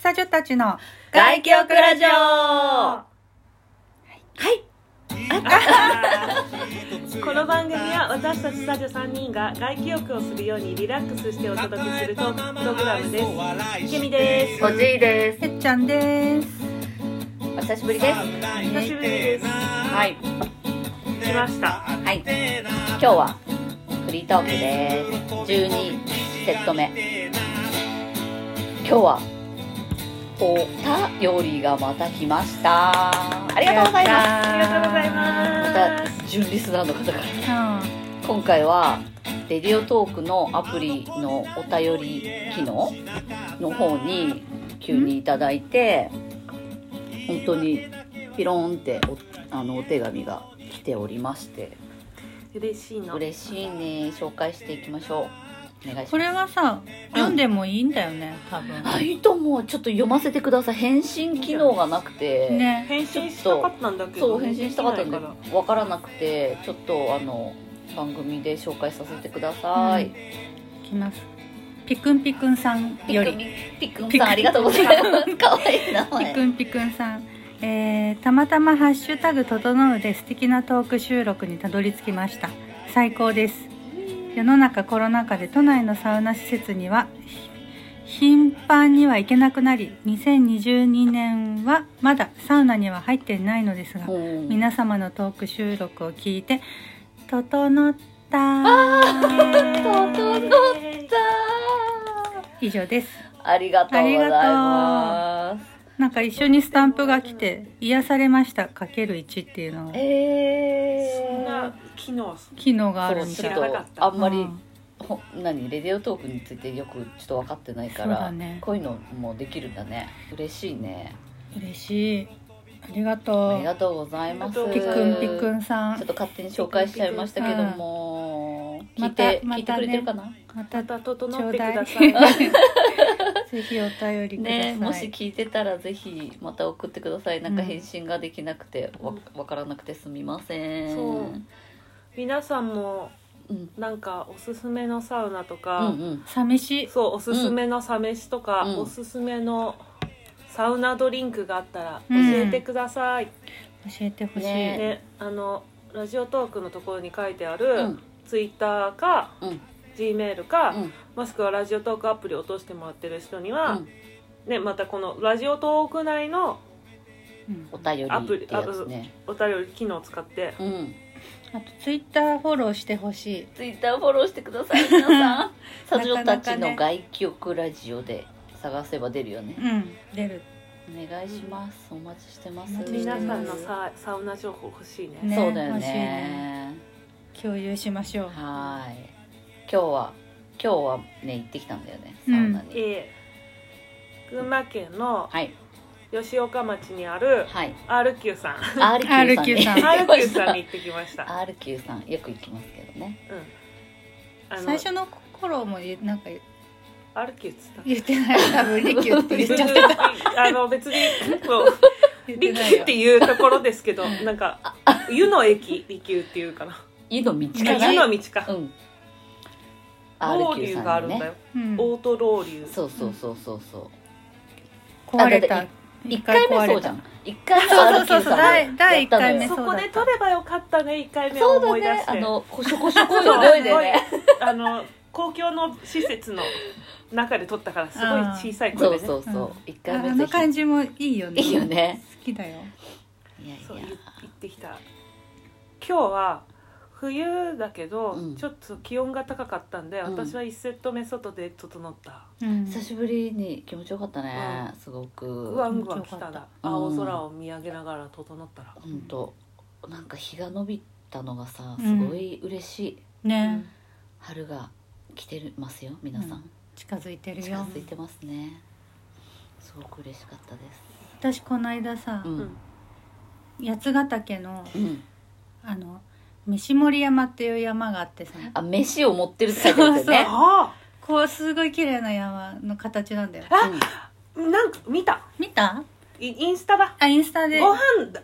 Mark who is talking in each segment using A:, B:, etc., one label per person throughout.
A: サジョたちの
B: 外記憶ラジオ
C: はい
B: この番組は私たち男女3人が外気浴をするようにリラックスしてお届けするトークプログラムですけみです
C: おじいです
A: てっちゃんです
C: お久しぶりです
B: 久しぶりです
C: はい
B: 来ました
C: はい今日はフリートークです12セット目今日はお便りがまた来ましたありがとうございます
B: ありがとうござい
C: また
B: ます
C: 準リスナーの方から
A: ます、
C: 今回はレディオトークのアプリのお便り機能の方に急にいただいて本当にピローンっておあのお手紙が来ておりまして
B: 嬉しいの
C: 嬉しいね紹介していきましょうお願いします
A: これはさ読んでもいいんだよね多分
C: あいいと思うちょっと読ませてください返信機能がなくて
A: ね
B: 返信したかったんだけど
C: そう返信したかったん
B: で
C: で
B: きないか
C: 分からなくてちょっとあの番組で紹介させてください、
A: うんいきますピクンピクンさん
C: ピ
A: よ
C: ク
A: り
C: ミピクミさんありがとうございます。可愛い名
A: ピ
C: 前。
A: くんピくんさん、えーたまたま「ハッシュタグ整う」で素敵なトーク収録にたどり着きました最高です世の中コロナ禍で都内のサウナ施設にはひ頻繁には行けなくなり2022年はまだサウナには入っていないのですが皆様のトーク収録を聞いて「整った
C: 整った
A: 以上です
C: ありがとうございます。
A: なんか一緒にスタンプが来て「癒されましたかける1っていうのが
C: え
B: そ
C: ー
B: んな。機能
A: 機能がある
C: そう
A: み
C: ち
A: た
C: ょ
A: いな
C: っ
B: 知らなかっ
C: と
B: た
C: あんま
A: う
C: り
A: ん
C: ほ何レディオトークについてよくちょっと分かってないか
A: そう
C: ら
A: だね
C: こういうのもできるんだね嬉しいね
A: 嬉しいありが
C: あ
A: と
C: りがとうございます
B: あり
A: うピ
B: がと
A: ク
B: う
A: ンピク
C: ち
A: ンさ
C: ょっ
A: ん
C: と勝手に紹介しちゃいましたけども
A: うん
C: 聞いて
A: また
C: 聞いてくれてるかな
A: また
B: ま
A: ち
B: た整
A: ょ
B: っ
A: う
B: てく
A: だ
B: だ
A: い
B: さい
A: ぜひお便りくださ
C: ね
A: い、
C: もし聞いてたらぜひまた送ってくださいなんか
A: うん
C: 返信ができなくてわ,、からなくてすみません
B: そう皆さんも
C: うん、
B: なんかおすすめのサウナと
C: うんう
B: か、
C: ん
A: 寂しい
B: そうおすすめのサ飯とか、
C: うん
B: おすすめのサウナドリンクがあったら教
A: うん
B: えてください、
A: 教えてほしい、
C: ね
B: ねあのラジオトークのところに書いてあ
C: う
B: る
C: ん
B: ツイッターか
C: うん
B: G メールか、
C: うん
B: もしくはラジオトークアプリを落としてもらってる人に
C: う
B: は、
C: ん
B: ね、またこのラジオトーク内の
A: うん
C: お便りってやつね
B: お便り機能を使って
C: うん
A: あとツイッターフォローしてほしい
C: ツイッターフォローしてください皆さん
A: かなか
C: サ
A: ね
C: ジョたちの外記憶ラジオで探せば出るよね
A: うん出る
C: お願いしますお待ちしてます
A: お待ちして
B: 皆
A: ます
B: さんのササウナ情報欲しいね
A: ね
C: そうだよ
A: 欲しい
C: ね
A: ね共有しましょう
C: はーい今日は今日はね行ってきたんだよねサウナに、
B: えー群馬県の
C: はい
B: 吉岡町にある
C: はい
B: RQ さん
C: RQ さん
B: RQ さんに行ってきました、うん、
C: RQ さんよく行きますけどね
B: あの
A: 最初の頃も言えなんか
B: RQ っつった
A: 言ってない多分リキューって言っちゃった
B: あの別にこう
A: 言って
B: 利
A: ない
B: 休
A: よ
B: っていうところですけどなんか湯の駅利休っていうかな
C: 湯の道か
A: 近
C: な
A: いう
B: 湯の道か
C: うん
B: ロウリ
C: RQ
B: ュ
C: さん
B: があるん
C: ね
B: だよ
A: うん
B: オートロウリュ
C: そうそうそうそうそう
A: 壊れた
C: 一回目そうじゃん一回目
A: そう
C: RQ
A: そうそう
C: さん
A: 第第一回目
C: やっ
B: そ
A: そう
B: こ
A: だ
B: で取ればよかったね1回
C: たの
B: 目
C: よ
B: を
C: そ
B: 思
C: う
B: い出
C: だね
B: して
C: あのコショコショコシ
B: そう
C: ョ泳いでね
B: あの公共の施設の中で撮ったからすごい小さい
C: そ
B: 声
C: う
B: で
C: そ
B: ね
C: うそう一回
A: あ
C: 目
A: あ
C: ぜ
A: の感じもいいよね
C: ひいいよね
A: 好きだよ
C: いやい
B: そう
C: や
B: 言ってきた今日は冬だけど、
C: うん
B: ちょっと気温が高かったんで
C: うん
B: 私は1セット目外で整った、
A: うん
C: 久しぶりに気持ちよかったねすご
B: ぐ
C: く
B: わんぐわん来た
A: うん
B: ら青空を見上げながら整ったら、
C: 本当なんか日が伸びたのがさすごい嬉しい
A: ね
C: 春が来てるますよ皆さ
A: うん
C: ん
A: 近づいてる
C: 近
A: よ
C: づいてますねすごく嬉しかったです
A: 私この間さ
C: うん
B: うん
A: 八ヶ岳の
C: うん
A: あの西森山っていう山があってさ
C: あ飯を持ってるって書いてあるんだよね
B: あ
A: こうすごい綺麗な山の形なんだよ
B: ああなんか見た
A: 見た
B: イインスタだ
A: あインスタで
B: ご飯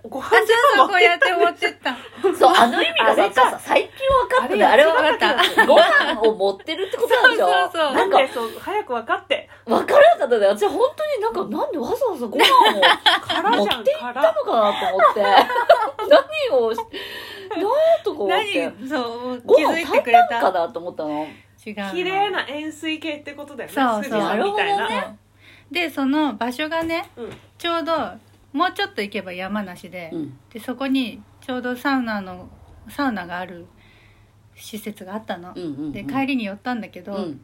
B: ご飯
A: あじゃあそこやって持
B: 持
A: ってった
C: そう、あの意味が
B: あ
C: さ
B: れか
C: さ最近分かったね。あれ分かった。ご飯を持ってるってことなんでしょ
A: そうそうそう
C: な
B: なんん
C: か
B: で、そう早く分かって
C: 分からなかったね。私本当になんか、なんでわざわざご飯を
B: からじゃん
C: 持っていったの
B: か
C: か
B: ら
C: なと 思って。何をし、何とか思って。
A: 何そう
C: ご
A: 気づ
C: 飯
A: い
C: 炊
A: て
C: い
A: くれ
C: たんか
A: た
C: なと思った
A: 違
C: の。
A: うの
B: 綺麗な円錐形ってことだよね
A: そうそう
B: 筋がみたいな
C: なる
A: そうでその場所がね
B: うん
A: ちょうどもうちょっと行けば山梨で、
C: うん。
A: でそこにちょうどサウナのサウナがある施設があったの、
C: うんうんうん。
A: で帰りに寄ったんだけど、
C: うん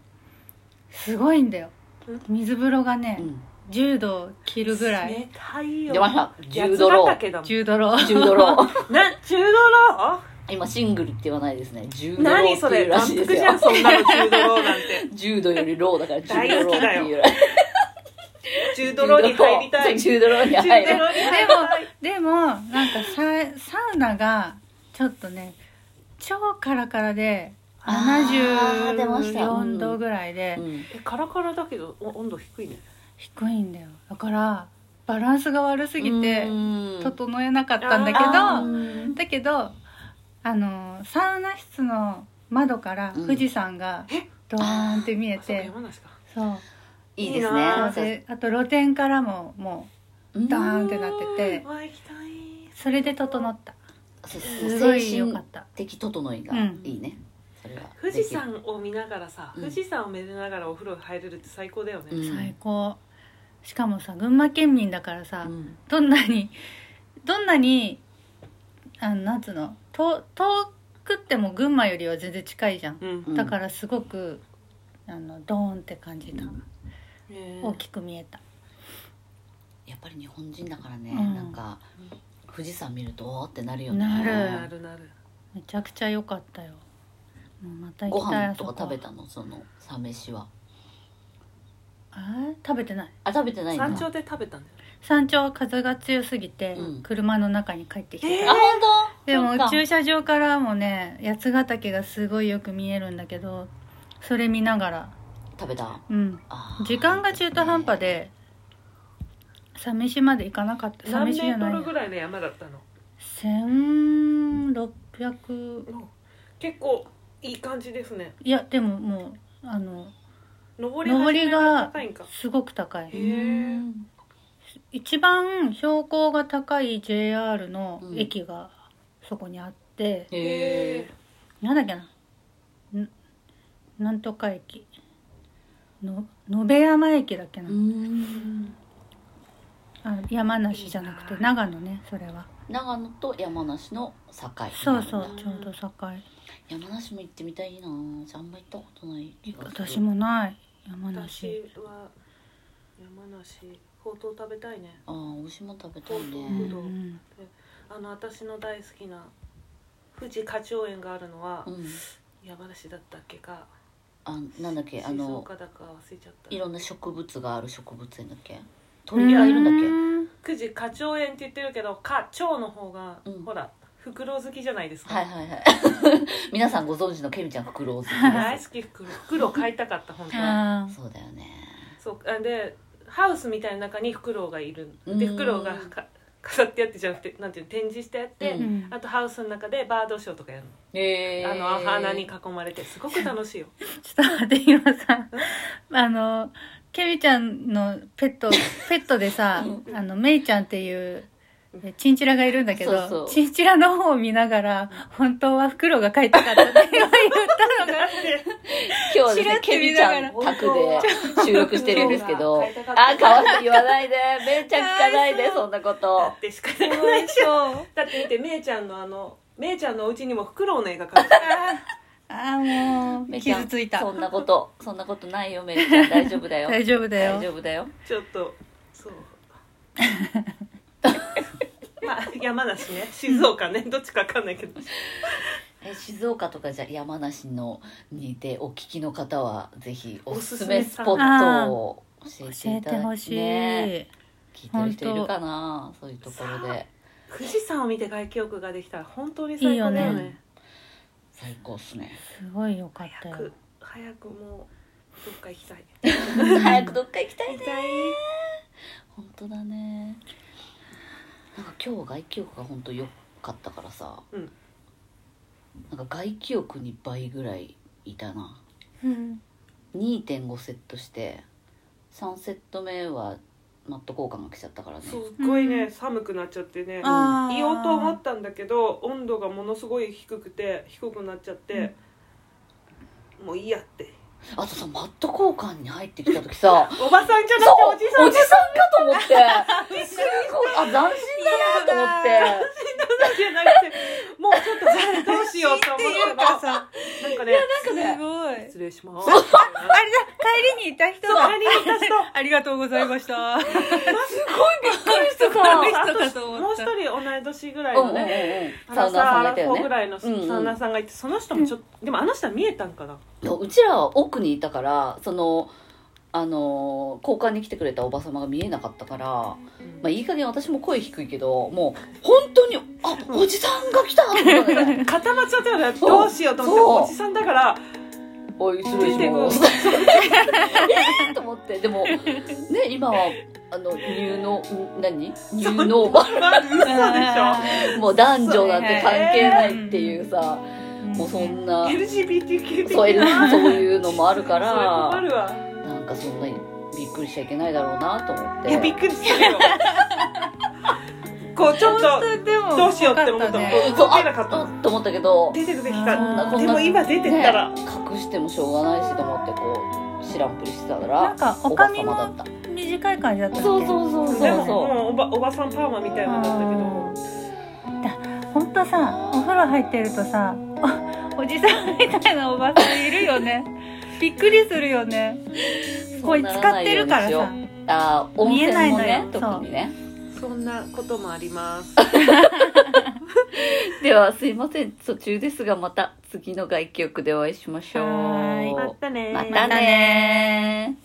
A: すごいんだよ
B: うん
A: 水風呂がね、
C: うん。
A: 10度切るぐらい
B: 冷たいよ
C: 出ました。10
B: 八
C: ドロ
B: ヶ
C: ー。
B: 岳だもん
A: 10度ろ
C: 10ドロー。
B: な10ド
C: 今、シングルって言わないですね。10ド
B: ロ
C: ロ
B: 何
C: ー
B: そ
C: ってい
B: れ
C: うら
B: 満
C: しいです
B: 腹じ
C: よ
B: ゃん。そんなの10ドロなん て
C: 10度よりローだから
B: 大
C: 10ドロー
B: 好き
C: っ
B: だ
C: て
B: よ
C: いう。
B: 10ドロに入りたい10
C: 10ドロに
B: ドロに
C: 入る。
B: 入りたい
A: でもなんかササウナがちょっとね超カラカラで
C: あー出ましたう
A: 74
C: ん
A: 度ぐらいで
C: うん
B: えカラカラだけどお温度低いね
A: 低いんだよだからバランスが悪すぎて
C: うん
A: 整えなかったんだけど
B: あー
A: だけどあのサウナ室の窓から富士山が
B: うんえ
A: ドーンって見え
B: あそうか
A: て、
B: 山梨か
A: そう
C: いいです
B: いいな
A: そう
C: ね。
A: であと露店からもも
C: うん
A: ドーンってなってて
B: うわ行きたいう
A: それで整った
C: そう
A: す
C: そう
A: ご
C: 精
A: い良か
C: 神
A: った
C: 的整いが
A: うん
C: いいね。それは
B: 富士山を見ながらさ、
C: うん
B: 富士山をめでながらお風呂入れるって最高だよね、
C: うん
A: 最高しかもさ群馬県民だからさ、
C: うん
A: どんなにどんなにあのなんつうのと遠くっても群馬よりは全然近いじゃん、
B: うん
C: うん
A: だからすごくあのドーンって感じた、
B: えー
A: 大きく見えた
C: やっぱり日本人だからね、
A: うん
C: なんか富士山見るとおーってなるよね。
A: な
B: な
A: る
B: るなる
A: めちゃくちゃ良かったよもうまた行
C: ご
A: きたい
C: 飯
A: あ
C: と
A: そ
C: か
A: こ
C: 食べたのそのサ飯は。
A: あー食べてない
C: あ食べてないんだ。
B: 山頂で食べたんだよね
A: 山頂は風が強すぎて、
C: うん
A: 車の中に帰ってきて、
B: え
C: あ本当。
A: で
C: そっか
A: も駐車場からもね八ヶ岳がすごいよく見えるんだけどそれ見ながら
C: 食べた。
A: うん
C: あー
A: 時間が中途半端。で寂しまで行かなかった
B: 何メ
A: 寂しじゃ
B: ー
A: な
B: ト
A: い
B: ルぐらいの山だったの
A: 1600
B: 結構いい感じですね
A: いやでももうあの
B: 登り
A: 上りが
B: 高いんか
A: すごく高
B: へ
A: い
B: え
A: 一番標高が高い JR の
C: うん
A: 駅がそこにあって、
C: へえ。
A: なんだっけなんなんとか駅の野辺山駅だっけな、
C: うん
A: あ山梨じゃなく
B: いい
A: て
B: な
A: 長野ねそれは
C: 長野と山梨の境。
A: そうそううんちょうど境
C: 山梨も行ってみたいな私あんま行ったことない気がする
A: 私もない山梨
B: 私は山梨ほうとう食べたいね
C: ああ美味しいもん食べたい
A: うん
C: ね
A: ん
B: あの私の大好きな富士花鳥園があるのは
C: うん
B: 山梨だったっけか
C: あなんだっけあ
B: 静
C: の
B: 岡だか忘れちゃった
C: いろんな植物がある植物園だっけ鳥がいるんだっ
B: 富士花鳥園って言ってるけど花鳥の方が、
C: うん
B: ほら袋好きじゃないです
C: け
B: か、
C: はいはいはい 皆さんご存知のケミちゃんフクロウ好きで
B: 大好き袋袋買いたかった本当
A: け
B: は
A: あ
C: すそうだよね
B: そうあでハウスみたいな中にフクロウがいるで
C: うん
B: フクロウがか飾ってやってじゃなくてなんていうの展示してやって、
A: ー
C: う
A: うん
B: あとハウスの中でバードショーとかやるの、
C: へえ
B: あのお花に囲まれてすごく楽しいよ
A: ちょっと待って今さあのケミちゃんのペットペットでさあのメイちゃんっていうえチンチラがいるんだけど
C: そうそう
A: チンチラの方を見ながら本当はフクロウが帰ったかったって今言ったのが
B: だって
C: 今日はです
A: ちら
C: ね
A: っと
C: ケミちゃん
B: 見ながら
C: 宅で収録してるんですけど
B: フクロウが
C: あかわいい言わないでメイちゃん聞かないで
A: かわい
C: そんなこと
B: で仕方がないし
A: そう
B: だって見てめいちゃんのあのめいちゃんのお家にもフクロウの絵が描いてある
A: あーもう
C: メイちゃん
A: 傷ついた
C: そんなことそんなことないよメイ ちゃん大丈夫だよ
A: 大丈夫だよ
C: 大丈夫だよ
B: ちょっと そうまあ山梨ね静岡ねどっちかわかんないけど
C: え静岡とかじゃ山梨のにでお聞きの方はぜひお
B: お
C: す
B: す
C: す
B: す
C: め
B: め
C: ス
B: さん
C: ポットを教
A: 教
C: えて
A: え
C: いた
A: て
C: だ
A: ほ
C: い、
A: してい、
C: ね、聞いてる人いるかなそういうところで
B: 富士山を見て外記憶ができたら本当に最高だよ
A: いい
B: ね
A: よ
C: 最高っすね
A: すごいよかった
B: 早く
A: よ
B: 早くもうどっか行きたい
C: 早くどっか行きたい
B: 行きたい
C: 本当だねなんか今日外気浴が本当良かったからさ、
B: うん
C: なんか外気浴に倍ぐらいいたな
A: うん
C: 2.5セットして3セット目はマット交換が来ちゃったからね
B: すっごいね、
A: うん
B: 寒くなっちゃってね
A: あー
B: 言おうと思ったんだけど温度がものすごい低くて低くなっちゃって、もういいやって
C: あとさマット交換に入ってきた時 さ
B: おばさんじゃな
C: そう
B: くておじさん
C: おじさんかと思って すごいあ斬新だなと思って
B: じゃなくてもうちょっとじゃあどうしようと思っ
A: な
B: て
A: んかさ
B: なんかね
A: すごいあれだ
B: 失礼しますあ
A: 帰りにいた人
B: そう
A: だ
B: 帰りにいた人
A: ありがとうございましたあ
C: すご
A: の
C: い
A: 人かと思
B: もう
A: っ
B: 一
A: た
B: 人同い年ぐらい
C: うんう
B: の
C: んうん
B: ね
C: サウナーさんがいたよ
B: アラフォーぐ
C: ね
B: らいのサ
C: うんうん
B: ウナーさんがいてその人もちょっとでもあの人は見えたんかな
C: うちらは奥にいたからそのあのー交換に来てくれたおば様が見えなかったから、まあ、いい加減私も声低いけどもう本当にあおじさんが来たと思ったよね
B: 固まっちゃったよねどうしようと思っておじさんだから
C: おい失礼しますえーと思ってでもね今はあのニューノん何ニューノーバ
B: なん で嘘でし
C: ルもう男女なんて関係ないっていうさ
A: うん
C: もうそんな
B: ょ LGBTQ 的
C: そう
B: な
C: そういうのもあるか
B: それ困
C: ら
B: るわ
C: なんかそんなにびっくりしちゃいけないだろうなと思って
B: いやびっくりするよこうちょっと
A: 本当でも
B: どうしようって思った
A: よか
B: もん
A: ね
C: そう
B: 動
C: あ
B: けなかった
C: あと思ったけど
B: 出てくべき
A: そんな
B: か
A: こん
B: で
A: な
B: も今出てったら
C: ね隠してもしょうがないしと思ってこう知らんぷりしてたか
A: なん
C: ら
A: か
C: お
A: お
C: ば
A: かみ
C: 様だっ
A: も
C: た
A: 短い感じだったっけ
C: そうそうそうそう
B: でも
C: そう
B: もうおばおばさんパーマみたいなのだったけど
A: 本当さお風呂入ってるとさおおじさんみたいなおばさんいるよねびっくりするよねこれ使ってるからさ
C: あー温
A: 見え
C: 泉
A: ない
C: も
A: のよ
C: ね特にね
B: そんなこともあります。
C: ではすいません途中ですがまた次の外記憶でお会いしましょう
A: はーい
B: またね
C: またねー